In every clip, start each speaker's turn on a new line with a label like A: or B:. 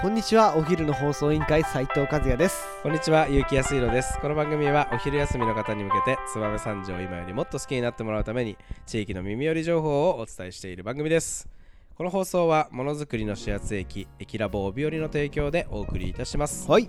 A: こんにちはお昼の放送委員会斉藤和也です
B: こんにちは、ゆうきやすいろです。この番組はお昼休みの方に向けて、燕三条を今よりもっと好きになってもらうために、地域の耳寄り情報をお伝えしている番組です。この放送は、ものづくりの始発駅、駅ラボ帯寄りの提供でお送りいたします。
A: はい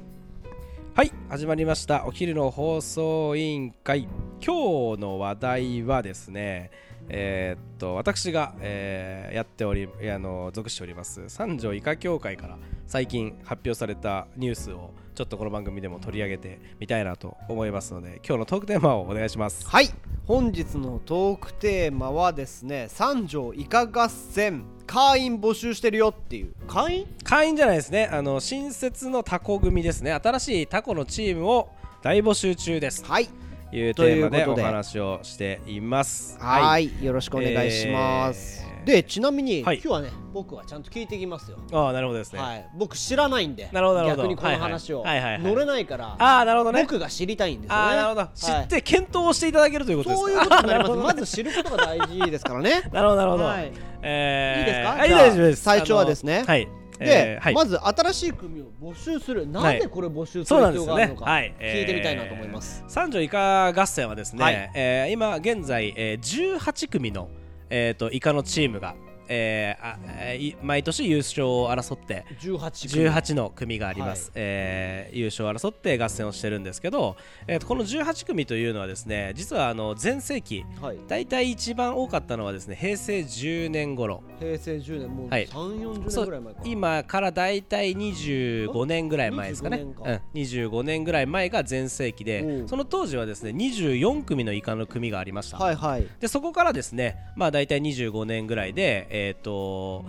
B: はい、始まりました。お昼の放送委員会。今日の話題はですね、えーっと、私が、えーやっており、あの、属しております、三条医科協会から、最近発表されたニュースをちょっとこの番組でも取り上げてみたいなと思いますので今日のトークテーマをお願いします
A: はい本日のトークテーマはですね三条イカ合戦会員募集してるよっていう会員
B: 会員じゃないですねあの新設のタコ組ですね新しいタコのチームを大募集中です
A: はい
B: という
A: と
B: テ
A: い
B: ー
A: うこ
B: マ
A: とで
B: でお話をしています
A: はい
B: い
A: よろしくお願いします、
B: えー
A: でちなみに、
B: はい
A: 今日はね僕はちゃんと聞いてきますよ
B: ああなるほどですね、
A: はい僕知らないんで
B: なるほどなるほど
A: 逆にこの話を、
B: はいはいはいはいはい
A: 乗れないから、
B: ああなるほどね
A: 僕が知りたいんですよね
B: ああなるほど知
A: はい
B: って検討をしていただけるということです
A: そ
B: か
A: ういうことになり
B: あーるほど
A: ます
B: ね
A: まず知ることが大事ですからね
B: なるほどなるほど、
A: はい
B: えー
A: いいですか
B: はい
A: じゃあ
B: 大丈夫です
A: 最初はですね
B: あのはい
A: で、
B: えーはい
A: まず新しい組を募集するなんでこれ募集す
B: そう
A: る
B: なん
A: 必
B: で
A: 要
B: す
A: が
B: よ
A: あるの
B: ね。
A: か、
B: はい、
A: 聞いてみたいなと思います
B: えー。三条イカ合戦はですね、
A: はい
B: えー今現在、えー、18組の、えー、とイカのチームが、えーあえーい毎年優勝を争って
A: 18組
B: 18の組があります、えー優勝を争って合戦をしてるんですけど、えー、とこの18組というのはですね実はあの前世紀
A: はい
B: 大体一番多かったのはですね平成10年頃
A: 平成10年もう
B: はい
A: 3 4 0
B: そ
A: 年
B: う
A: ぐらい前か
B: 今からだいたい25年ぐらい前ですかね
A: 25年か
B: うん、25年ぐらい前が全盛期
A: お
B: で
A: う
B: その当時はですね24組のイカの組がありました、
A: はいはい
B: でそこからですねまあだいたい25年ぐらいでえっ、と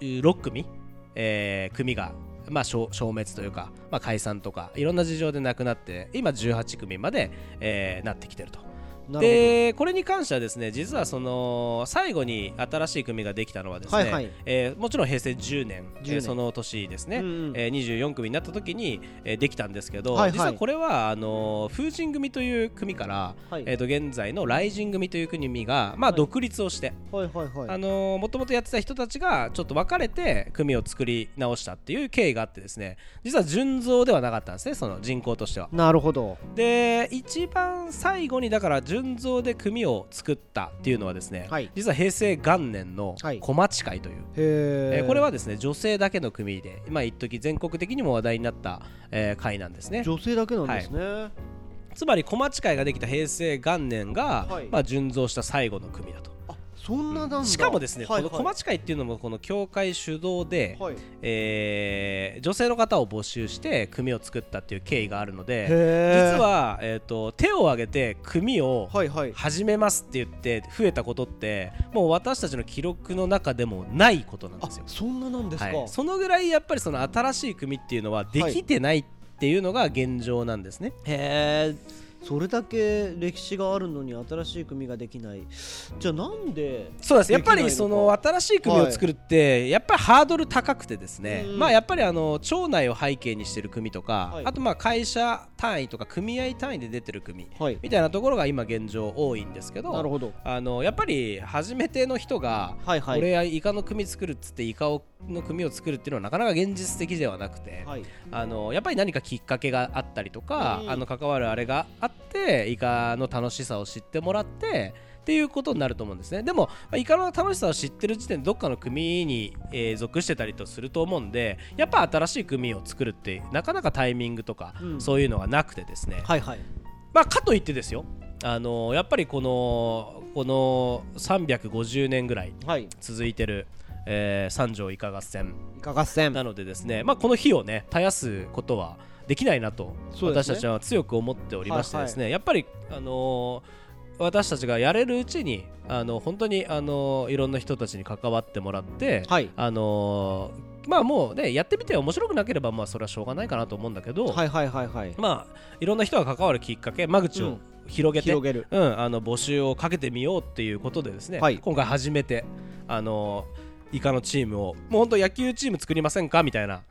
B: 6組、えー組がまあ消消滅というか、まあ、解散とかいろんな事情でなくなって今18組まで、えーなってきてると
A: なる
B: でこれに関してはですね実はその最後に新しい組ができたのはですね、
A: はいはい
B: えーもちろん平成10年
A: 10
B: え
A: 年
B: ーその年ですね、
A: うんうん
B: えー24組になった時に、えーできたんですけど、
A: はいはい
B: 実はこれはあのー風神組という組から、
A: ほどはい
B: えー、と現在の雷神組という組が、まあ、
A: はい
B: 独立をして。
A: はいはいは
B: あ
A: い
B: のー、もともとやってた人たちがちょっと別れて組を作り直したっていう経緯があってですね実は純増ではなかったんですねその人口としては
A: なるほど
B: で一番最後にだから純増で組を作ったっていうのはですね、
A: はい
B: 実は平成元年の
A: はい
B: 小町会という、
A: へ
B: え
A: え
B: ーこれはですね女性だけの組でまあ一時全国的にも話題になった、えー会なんですね
A: 女性だけなんですね
B: つまり小町会ができた平成元年が、
A: はい
B: まあ、純増した最後の組だと。
A: あそんななんだ
B: しかもですね、
A: はい
B: この小
A: はい
B: 町会っていうのもこの協会主導で、
A: はい
B: えー女性の方を募集して組を作ったっていう経緯があるので
A: へー
B: 実は、えー、と手を挙げて組を
A: はいはい
B: 始めますって言って増えたことってもう私たちの記録の中でもないことなん
A: あ
B: ですよ。
A: そんななんですか
B: はい、そのぐらいやっぱりその新しい組っていうのはできてないっていうのが現状なんですね。
A: へえそれだけ歴史があるのに新しい組ができないじゃあなんで
B: そうですやっぱ
A: で
B: り
A: きない
B: そ
A: の
B: の
A: か
B: 新しい組を作るって、やっぱりハードル高くてですね、
A: うん
B: まあやっぱりあの町内を背景にしてる組とか、
A: はい
B: あとまあ会社単位とか組合単位で出てる組
A: はい
B: みたいなところが今現状多いんですけど
A: なるほど
B: あのやっぱり初めての人が
A: はいはい
B: 俺はイカの組作るっつってイカをの組を作るっていうのはなかなか現実的ではなくて、
A: はい
B: あのやっぱり何かきっかけがあったりとか、
A: うん
B: あの関わるあれがあってイカの楽しさを知ってもらってっていうことになると思うんですねでもまあイカの楽しさを知ってる時点でどっかの組に、えー属してたりとすると思うんでやっぱ新しい組を作るってなかなかタイミングとか、
A: うん
B: そういうのがなくてですね、
A: はいはい
B: まあ、かといってですよあのやっぱりこのこの350年ぐらい
A: はい
B: 続いてる、えー三条イカ合戦
A: いか合戦
B: なのでですね、まあ、この火をね絶やすことはできないなと
A: そうです
B: 私
A: ね
B: たちは強く思っておりましてですね、やっぱり、あのー私たちがやれるうちにあの本当に、あのーいろんな人たちに関わってもらって、
A: はい
B: あのーまあもうねやってみて面白くなければまあそれはしょうがないかなと思うんだけど、
A: はいはいはいはい
B: まあいろんな人が関わるきっかけ間口
A: うん
B: を広げて、
A: 広げる
B: うん、あの募集をかけてみようっていうことでですね、
A: はい
B: 今回初めてあのイカのチームをもう本当野球チーム作りませんかみたいな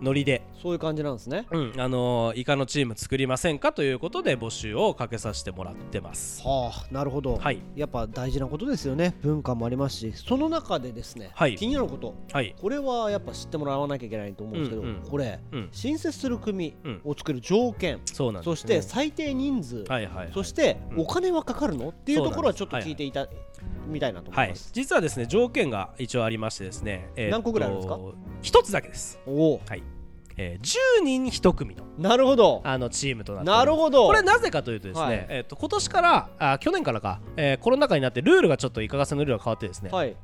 B: ノリで、
A: そういう感じなんですね
B: うんあのーイカのチーム作りませんかということで募集をかけさせてもらってます
A: はあなるほど、
B: はい
A: やっぱ大事なことですよね文化もありますしその中でですね、
B: はい
A: 気になること
B: はい
A: これはやっぱ知ってもらわなきゃいけないと思うんですけど、
B: うんうん
A: これ
B: うん
A: 新設する組
B: うん
A: を作る条件、
B: そうなんです、ね、
A: そして最低人数、
B: はいはいはい
A: そして
B: うん
A: お金はかかるの、っていうところはち
B: そ
A: ょ
B: う
A: っ
B: な
A: と
B: んです
A: 聞いていた、みたいなと思
B: はいい
A: ます、、
B: 実はですね条件が一応ありましてですね、えーっと
A: 何個ぐらいあるんですか
B: 一つだけです、
A: おお
B: はいえー10人1組の
A: なるほど
B: あのチームとなっております
A: なるほど
B: これなぜかというとですね、
A: はい
B: えーっと今年からあ去年からか、えーコロナ禍になってルールがちょっといかがせのルールが変わってですね、
A: はい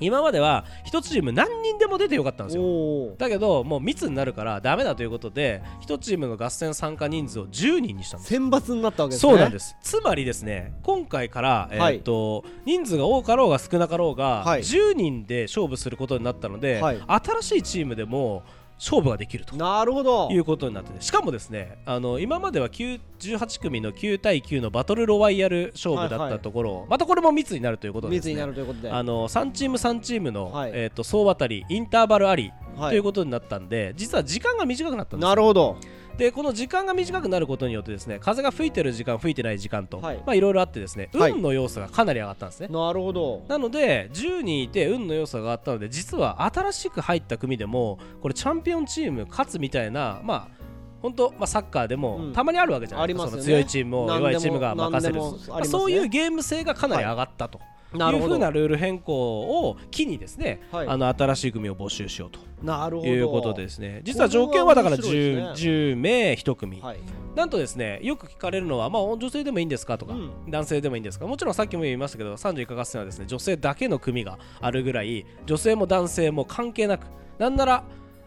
B: 今までは1チーム何人でも出てよかったんです
A: お
B: よ
A: お
B: だけどもう密になるからダメだということで1チームの合戦参加人数を10人にしたんです
A: 選抜になったわけですね
B: そうなんですすつまりですね今回から、え
A: はい
B: ーっと人数が多かろうが少なかろうが、
A: はい
B: 10人で勝負することになったので、
A: はい
B: 新しいチームでも勝負ができると。
A: なるほど
B: いうことになっててしかもですねあの今までは9 18組の9対9のバトルロワイヤル勝負だ
A: は
B: っ
A: いは
B: た
A: い
B: ところ、またこれも密になるということでで
A: 密
B: す、ね、
A: になるということで
B: あの3チーム3チームの、
A: はい
B: えーっと総当たりインターバルあり、
A: はい
B: ということになったんで実は時間が短くなったんですよ
A: なるほど
B: でこの時間が短くなることによってですね風が吹いてる時間吹いてない時間と、
A: はい
B: い、まあいろいろあってですね
A: はい
B: 運の要素がかなり上がったんですね、
A: なるほど
B: なので10人いて運の要素が上がったので実は新しく入った組でもこれチャンピオンチーム勝つみたいなまあ本当まあ、サッカーでも、
A: うん
B: たまにあるわけじゃな
A: あ
B: いで
A: り
B: す
A: ま
B: か
A: すよね
B: その強いチームを
A: 何でも
B: 弱いチームが任せ
A: 何
B: る
A: でもありますね
B: まあそういうゲーム性がかなり上がったと、
A: ないる
B: う
A: ほ
B: ふう
A: ど
B: なルール変更を機にですね、
A: はい
B: あの新しい組を募集しようと
A: なるほど
B: いうことですね実は条件はだから
A: これは
B: 10,
A: 面白いです
B: 10名1組、
A: はい
B: なんとですねよく聞かれるのは、まあ、女性でもいいんですかとか、
A: うん
B: 男性でもいいんですかもちろんさっきも言いましたけど31か合戦はですね女性だけの組があるぐらい女性も男性も関係なくなんなら、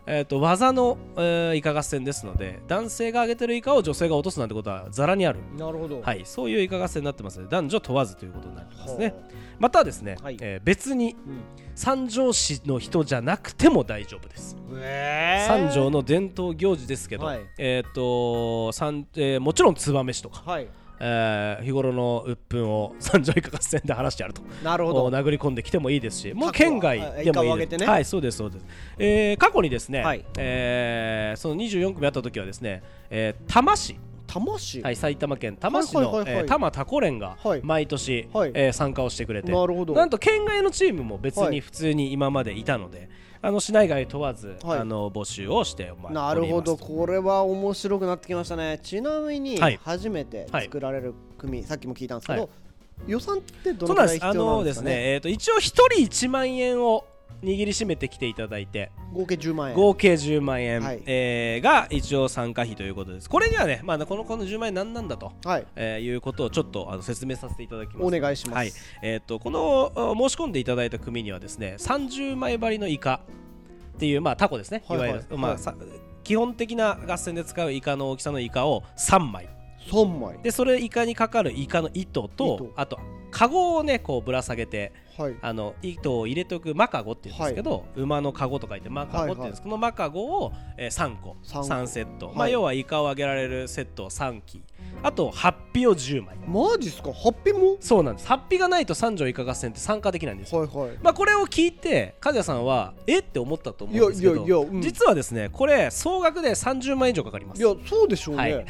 B: えー、と技の、えー、イカ合戦ですので男性が上げてるイカを女性が落とすなんてことはざらにある、
A: なるほど
B: はい、そういうイカ合戦になってますので男女問わずということになりますね
A: は
B: またですね、
A: はい
B: えー別に
A: あうん
B: 三条市の人じゃなくても大丈夫です
A: えー
B: 三条の伝統行事ですけど、
A: はい
B: えーっと三えーもちろん燕市とか、
A: はい
B: えー日頃の鬱憤を 三条以下合戦で話してやると
A: なるほ
B: こう
A: ど
B: 殴り込んできてもいいですしもう
A: 過去は
B: 県外で
A: あイカを
B: も
A: あ
B: いい
A: げ
B: で
A: て
B: す、
A: ね
B: はいそうですそうです、えー過去にですね、
A: はい
B: えーその24組あった時はですね、えー多摩市
A: 魂
B: はい、埼玉県多摩市
A: は
B: の
A: いはいはいはい
B: えー多摩タコ連が
A: はい
B: 毎年、
A: はい
B: えー参加をしてくれて
A: なるほど
B: んと県外のチームも別
A: は
B: に
A: い
B: 普通に今までいたので、あの市内外問わず、
A: はい
B: あの募集をしております
A: なるほどこれは面白くなってきましたねちなみに
B: はい
A: 初めて作られる組、さっきも聞いたんですけど、
B: はい
A: 予算ってど
B: そ
A: のくら
B: うなんで
A: い
B: すあ
A: 必要な
B: の
A: んで
B: ですす
A: かね
B: ね、えー、と一応一人1万円を握りしめてきていただいて
A: 合計10万円
B: 合計10万円、
A: はい
B: えーが一応参加費ということですこれにはね、まあ、このこの10万円何なんだと、
A: はい
B: えーいうことをちょっとあの説明させていただきます
A: お願いします、
B: はいえー、とこのお申し込んでいただいた組にはですね30枚張りのイカっていう、まあ、タコですね、
A: はいはい
B: いわゆる、ま
A: は
B: あ、
A: い
B: さ基本的な合戦で使うイカの大きさのイカを3枚
A: 3枚
B: でそれイカにかかるイカの糸と
A: 糸
B: あとカゴをねこうぶら下げて
A: はい
B: あの糸を入れておくマカゴって言うんですけど、馬のカゴと書いてマカゴって言うんです、このマカゴを、えー、3個
A: 三個
B: 3セット、
A: はい
B: まあ、要はイカをあげられるセットを3機あとハッピを10枚
A: マジっすかハッピーも
B: そうなんですハッピがないと三条イカ合戦って参加できないんですよ、
A: はいはい
B: まあ、これを聞いて和也さんはえって思ったと思うんですけど
A: いやいやいやうん
B: 実はですねこれ総額で30万円以上かかります
A: いやそうでしょうね、
B: はい
A: ハ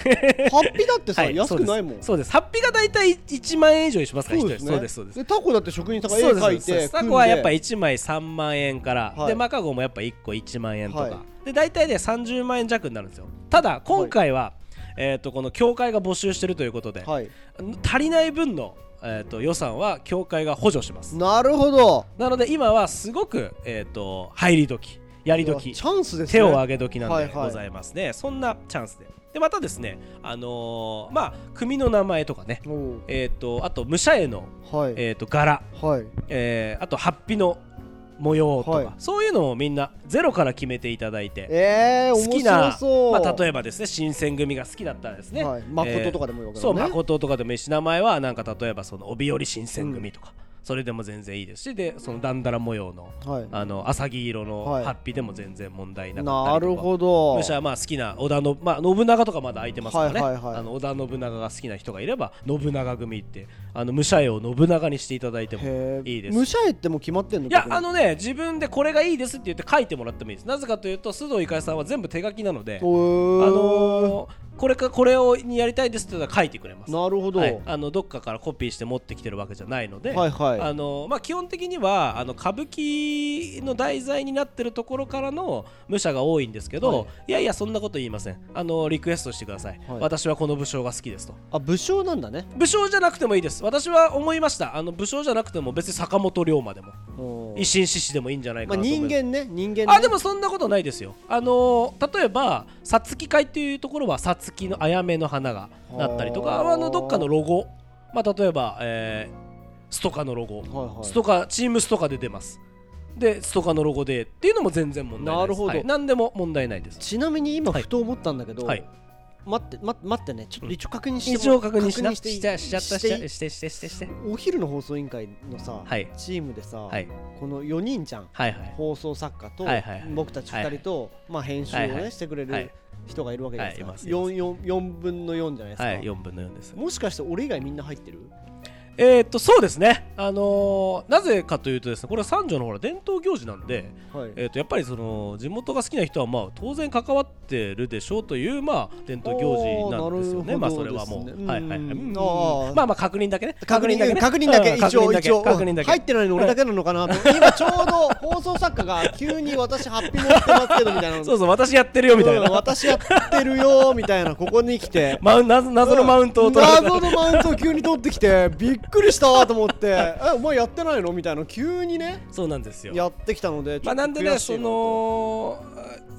A: ッピーだってさ、
B: はい
A: 安くないもん
B: そうですそうですハッピが大体1万円以上にしますから一人そうですそうです
A: タコだって職人さんが絵
B: そうです
A: 描
B: そう
A: い
B: ですそうで
A: て
B: すタコはやっぱ
A: 組んで
B: 1枚3万円から、
A: はい
B: でマカゴもやっぱ1個1万円とか、
A: はい
B: で大体で30万円弱になるんですよただ今回は、えっ、とこの協会が募集してるということで、
A: はい
B: 足りない分の、えー、と予算は協会が補助します
A: なるほど
B: なので今はすごく、えー、と入り時やり
A: い
B: 時
A: やチャンスですね
B: 手を挙げ時なん
A: はい
B: で
A: はい
B: ございますね、そんなチャンスででまたですねあのーまあ組の名前とかね
A: お
B: えっ、とあと武者への、
A: うはい、
B: えー、と柄
A: はい
B: えーあとハッピの模様とか、
A: はい
B: そういうのをみんなゼロから決めていただいて
A: えー、
B: 好きな
A: 面白そう、
B: まあ、例えばですね新選組が好きだったらですね、
A: はい、誠とかでもいいわ
B: え
A: けだ
B: ーそ
A: も
B: うん
A: ね、
B: 誠とかでもいいし名前はなんか例えばその帯織新選組とか、それでも全然いいですしでそのダンダラ模様の
A: はい
B: あの浅木色の
A: はい
B: ハッピーでも全然問題なかった
A: な
B: りと
A: る
B: か
A: ほど
B: むしろまあ好きな織田の、まあ、信長とかまだ空いてますからね、
A: はいはいはい
B: あの織田信長が好きな人がいれば信長組ってあの武者絵を信長にしていただいても
A: へえ
B: いいです
A: 武者絵ってもう決まってんの
B: いや
A: ここに
B: あのね自分でこれがいいですって言って書いてもらってもいいですなぜかというと須藤ゆかりさんは全部手書きなのであ
A: おー
B: のーこれかこれをにやりたいですって言ったら書いてくれます
A: なるほど、
B: はい、あのどっかからコピーして持ってきてるわけじゃないので、
A: はいはい
B: あのまあ、基本的にはあの歌舞伎の題材になってるところからの武者が多いんですけど、
A: はい
B: い、やいやそんなこと言いませんあのリクエストしてください、
A: はい
B: 私はこの武将が好きですと
A: あ武将なんだね
B: 武将じゃなくてもいいです私は思いましたあの武将じゃなくても別に坂本龍馬でも
A: おー
B: 維新志士でもいいんじゃない
A: ま
B: か
A: あ
B: なと思
A: 人
B: います、
A: 間ね人間ね
B: あでもそんなことないですよ。あのー例えば「さつき会」っていうところはさつきのあやめの花がなったりと
A: は
B: か
A: あ
B: あのどっかのロゴ、まあ、例えば、えーストカのロゴ、
A: はいはい
B: ストカチームストカで出ますでストカのロゴでっていうのも全然問題ないで
A: なる
B: す
A: ほど
B: はい何でも問題ないです
A: ちなみに今
B: はい
A: ふと思ったんだけど、
B: はい
A: 待って待って待ってねちょっと一応確認しても
B: 一応確認しな
A: していい
B: しちゃしちゃったしちゃ
A: ていい
B: してしてしてして
A: お昼の放送委員会のさ、
B: はい
A: チームでさ、
B: はい
A: この4人じゃん
B: はいはい
A: 放送作家と、
B: はいはいはい
A: 僕たち2人と、まあ、編集を、ね
B: はいはい
A: してくれ
B: はい
A: る人がいるわけじゃないですか、
B: はいいますいます
A: 四四四分の4じゃないですか、
B: はい4分の4です
A: もしかして俺以外みんな入ってる
B: えーっとそうですねあのーなぜかというとですねこれは三条のほら伝統行事なんで
A: はい、
B: えー、とやっぱりその地元が好きな人はまあ当然関わってるでしょうというまあ伝統行事なんですよね。
A: あーなるほど
B: まあそれはもう、
A: ですね
B: はいはいはい
A: うん
B: うん
A: あー
B: まあまあ確認だけね。
A: 確認だけね確認
B: ね
A: だけ
B: うん
A: 一応一応
B: 確認だけ。
A: 入ってないの俺だけなのかなと今ちょうど放送作家が急に私ハッピーもやってますけどみたいな
B: そうそう私やってるよみたい
A: うん
B: な。
A: 私やってるよみたいなここに来て
B: マウン謎 謎のマウントを取られた。
A: 謎のマウントを急に取ってきてびっくりしたと思って えお前やってないのみたいな急にね
B: そうなんですよ。
A: やってきたのでちょ
B: まあ
A: っと
B: なんでね
A: 悔し
B: そ
A: いなと
B: の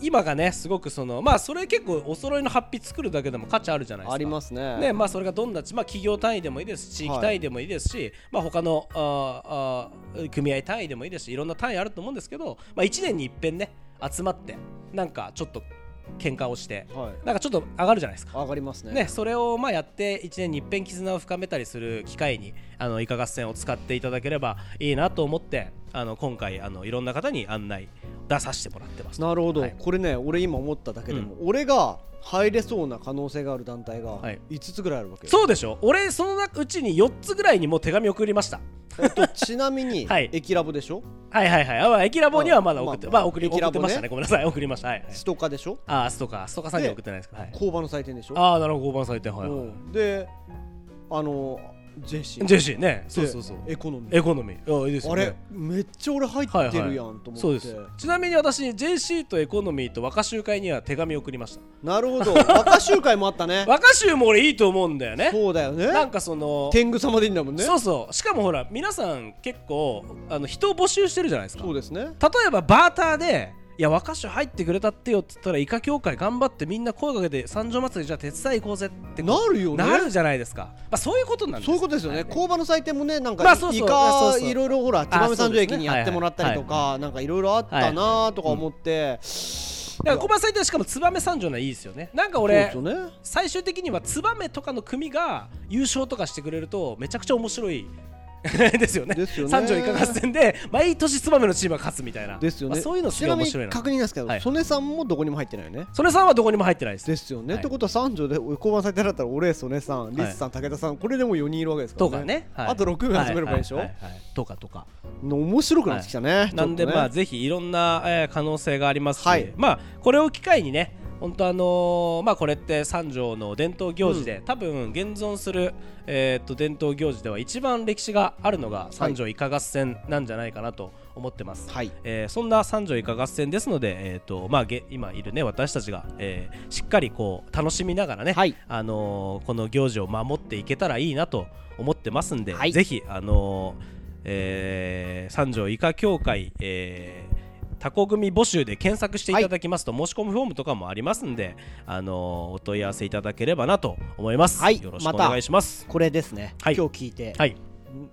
B: 今がねすごくそのまあそれ結構お揃いのハッピー作るだけでも価値あるじゃないですか。
A: ありますね
B: ねまあ、それがどんな、まあ、企業単位でもいいですし地域単位でもいいですし、まあ、他のあーあー組合単位でもいいですしいろんな単位あると思うんですけど、まあ、1年に一遍ね集まってなんかちょっと喧嘩をして
A: はい
B: なんかちょっと上がるじゃないですか。
A: 上がりますね
B: ね、それをまあやって1年に一遍絆を深めたりする機会にあのイカ合戦を使っていただければいいなと思ってあの今回あのいろんな方に案内出させてもらってます。
A: なるほど、
B: はい
A: これね俺今思っただけでも、俺が入れそうな可能性がある団体が
B: はい
A: 5つぐらいあるわけよ、
B: そうでしょ俺そのうちに4つぐらいにもう手紙送りました。
A: えっと、ちなみに、
B: はい
A: 駅ラボでしょ
B: はいはいはいあまあ。駅ラボにはまだ送って、
A: まあ
B: まあ、送り
A: 駅ラボね
B: 送ってましたね。ごめんなさい、送りました。はい、はい。
A: ストカでしょ
B: あー、ストカ、ストカさんには送ってないですか。はい。
A: 工場の祭典でしょ
B: ああ、なるほど、5番採点、はい、は
A: うんであのジェシー
B: い。ジェシーね、そうそうそう。
A: でエコノミー
B: エコノミー。あいいです
A: あ
B: よね。
A: れめっちゃ俺入ってるやんと思って、
B: そうですちなみに私 JC とエコノミーと若衆会には手紙送りまし
A: なるほど若集会もあったね
B: た若衆も俺いいと思うんだよね
A: そうだよね
B: なんかその、
A: 天狗様でいいんだもんね
B: そうそうしかもほら皆さん結構あの人を募集してるじゃないですか
A: そうですね
B: 例えばバーターで「いや若手入ってくれたってよ」っつったらイカ協会頑張ってみんな声かけて三条祭りじゃあ手伝い行こうぜって
A: なるよね
B: なるじゃないですか、まあ、そういうことなんです
A: そういうことですよね、工場の祭典もね、なんか、
B: まあそうそう
A: イカ
B: そうそう
A: いろいろほら、燕三条駅にやってもらったりとか、なんかいろいろあったなとか思って、
B: だから小林さん言ったらしかも燕三条のはいいですよねなんか
A: そうで
B: 俺
A: すよね、
B: 最終的には燕とかの組が優勝とかしてくれるとめちゃくちゃ面白い ですよね
A: ですよね
B: 三条イカ合戦で毎年燕のチームが勝つみたいな
A: ですよね、
B: まあそういうのす
A: ち
B: ごい
A: なみ
B: 面
A: に
B: 白いな
A: 確認なんですけど、
B: はい
A: 曽根さんもどこにも入ってないよね。
B: それさんはどこにも入ってないです
A: ですよね、
B: はい
A: ってことは三条で交番祭典だったら俺曽根さんリスさん、武田さんこれでも4人いるわけですから
B: とかね、はい
A: あと6が集めればいいでしょ、
B: はははいはいとかとか
A: 面白くなってきたね、ちょっとね
B: なんで、まあぜひいろんな、えー可能性がありますし、
A: はい
B: まあこれを機会にね本当あのーまあこれって三条の伝統行事で、多分現存する、えーっと伝統行事では一番歴史があるのが三条イカ合戦なんじゃないかなと思ってます、
A: はい
B: えーそんな三条イカ合戦ですので、えーっとまあ、げ今いるね私たちが、えーしっかりこう楽しみながらね、
A: はい
B: あのーこの行事を守っていけたらいいなと思ってますんで、
A: はい
B: ぜひ、あのーえー三条イカ協会、えータコ組募集で検索していただきますと、申し込むフォームとかもありますんで、あのーお問い合わせいただければなと思います。
A: はい
B: よろしくお願いします。
A: これですね、
B: はい
A: 今日聞いて、
B: はい、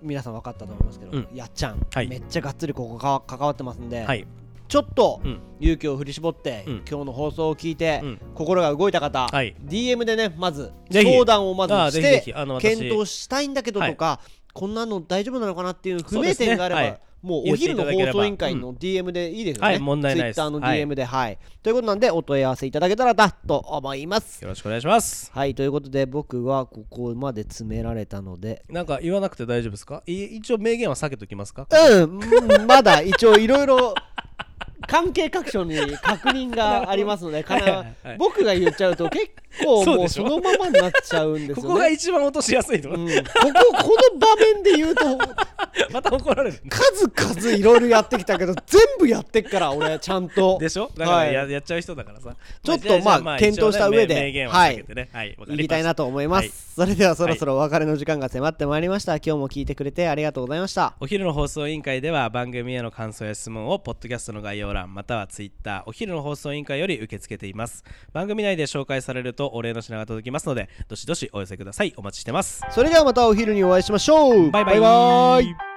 A: 皆さん分かったと思いますけど、
B: うん
A: やっちゃん、
B: はい
A: めっちゃがっつりここか関わってますんで、
B: はい、
A: ちょっと
B: うん
A: 勇気を振り絞って、
B: うん
A: 今日の放送を聞いて、
B: うん
A: 心が動いた方、
B: はい
A: DM でねまず
B: ぜひ
A: 相談をまず
B: あー
A: し
B: ぜひぜ
A: て
B: ひあの私
A: 検討したいんだけどとか、こんなの大丈夫なのかなっていう不
B: そうで
A: 明
B: すね
A: 点があれば、
B: はい
A: もう
B: 言
A: お
B: ってい
A: 昼の
B: ただ
A: 放
B: ければ
A: 送委員会の DM でいいですよね、
B: はい問題ないです
A: Twitter の
B: はい
A: DM ではい、ということなんでお問い合わせいただけたらなと思います
B: よろしくお願いします
A: はいということで僕はここまで詰められたので
B: なんか言わなくて大丈夫ですかい一応名言は避けときますか
A: うんうんまだ一応いろいろ関係各所に確認がありますのでか
B: はいは
A: ない
B: はい
A: 僕が言っちゃうと結構
B: そう
A: も
B: で
A: う
B: し
A: そ
B: ょ
A: のままになっちゃうんですよね
B: ここが一番落としやすいとこ
A: う
B: ろ
A: ん、こここの場面で言うと
B: また怒られる
A: 数々いろいろやってきたけど全部やってっから俺ちゃんと
B: でしょだからや,、
A: はい
B: やっちゃう人だからさ
A: ちょっと
B: じゃじゃ
A: まあ検討した上で
B: 一応ね名言は避けてねはいわかりました
A: 言いたいなと思います、
B: はい
A: それではそろそろお別れの時間が迫ってまいりました、今日も聞いてくれてありがとうございました
B: お昼の放送委員会では番組への感想や質問をポッドキャストの概要欄またはツイッターお昼の放送委員会より受け付けています番組内で紹介されるとお礼の品が届きますのでどしどしお寄せくださいお待ちしてます
A: それではまたお昼にお会いしましょう
B: バイバイ
A: バイバイ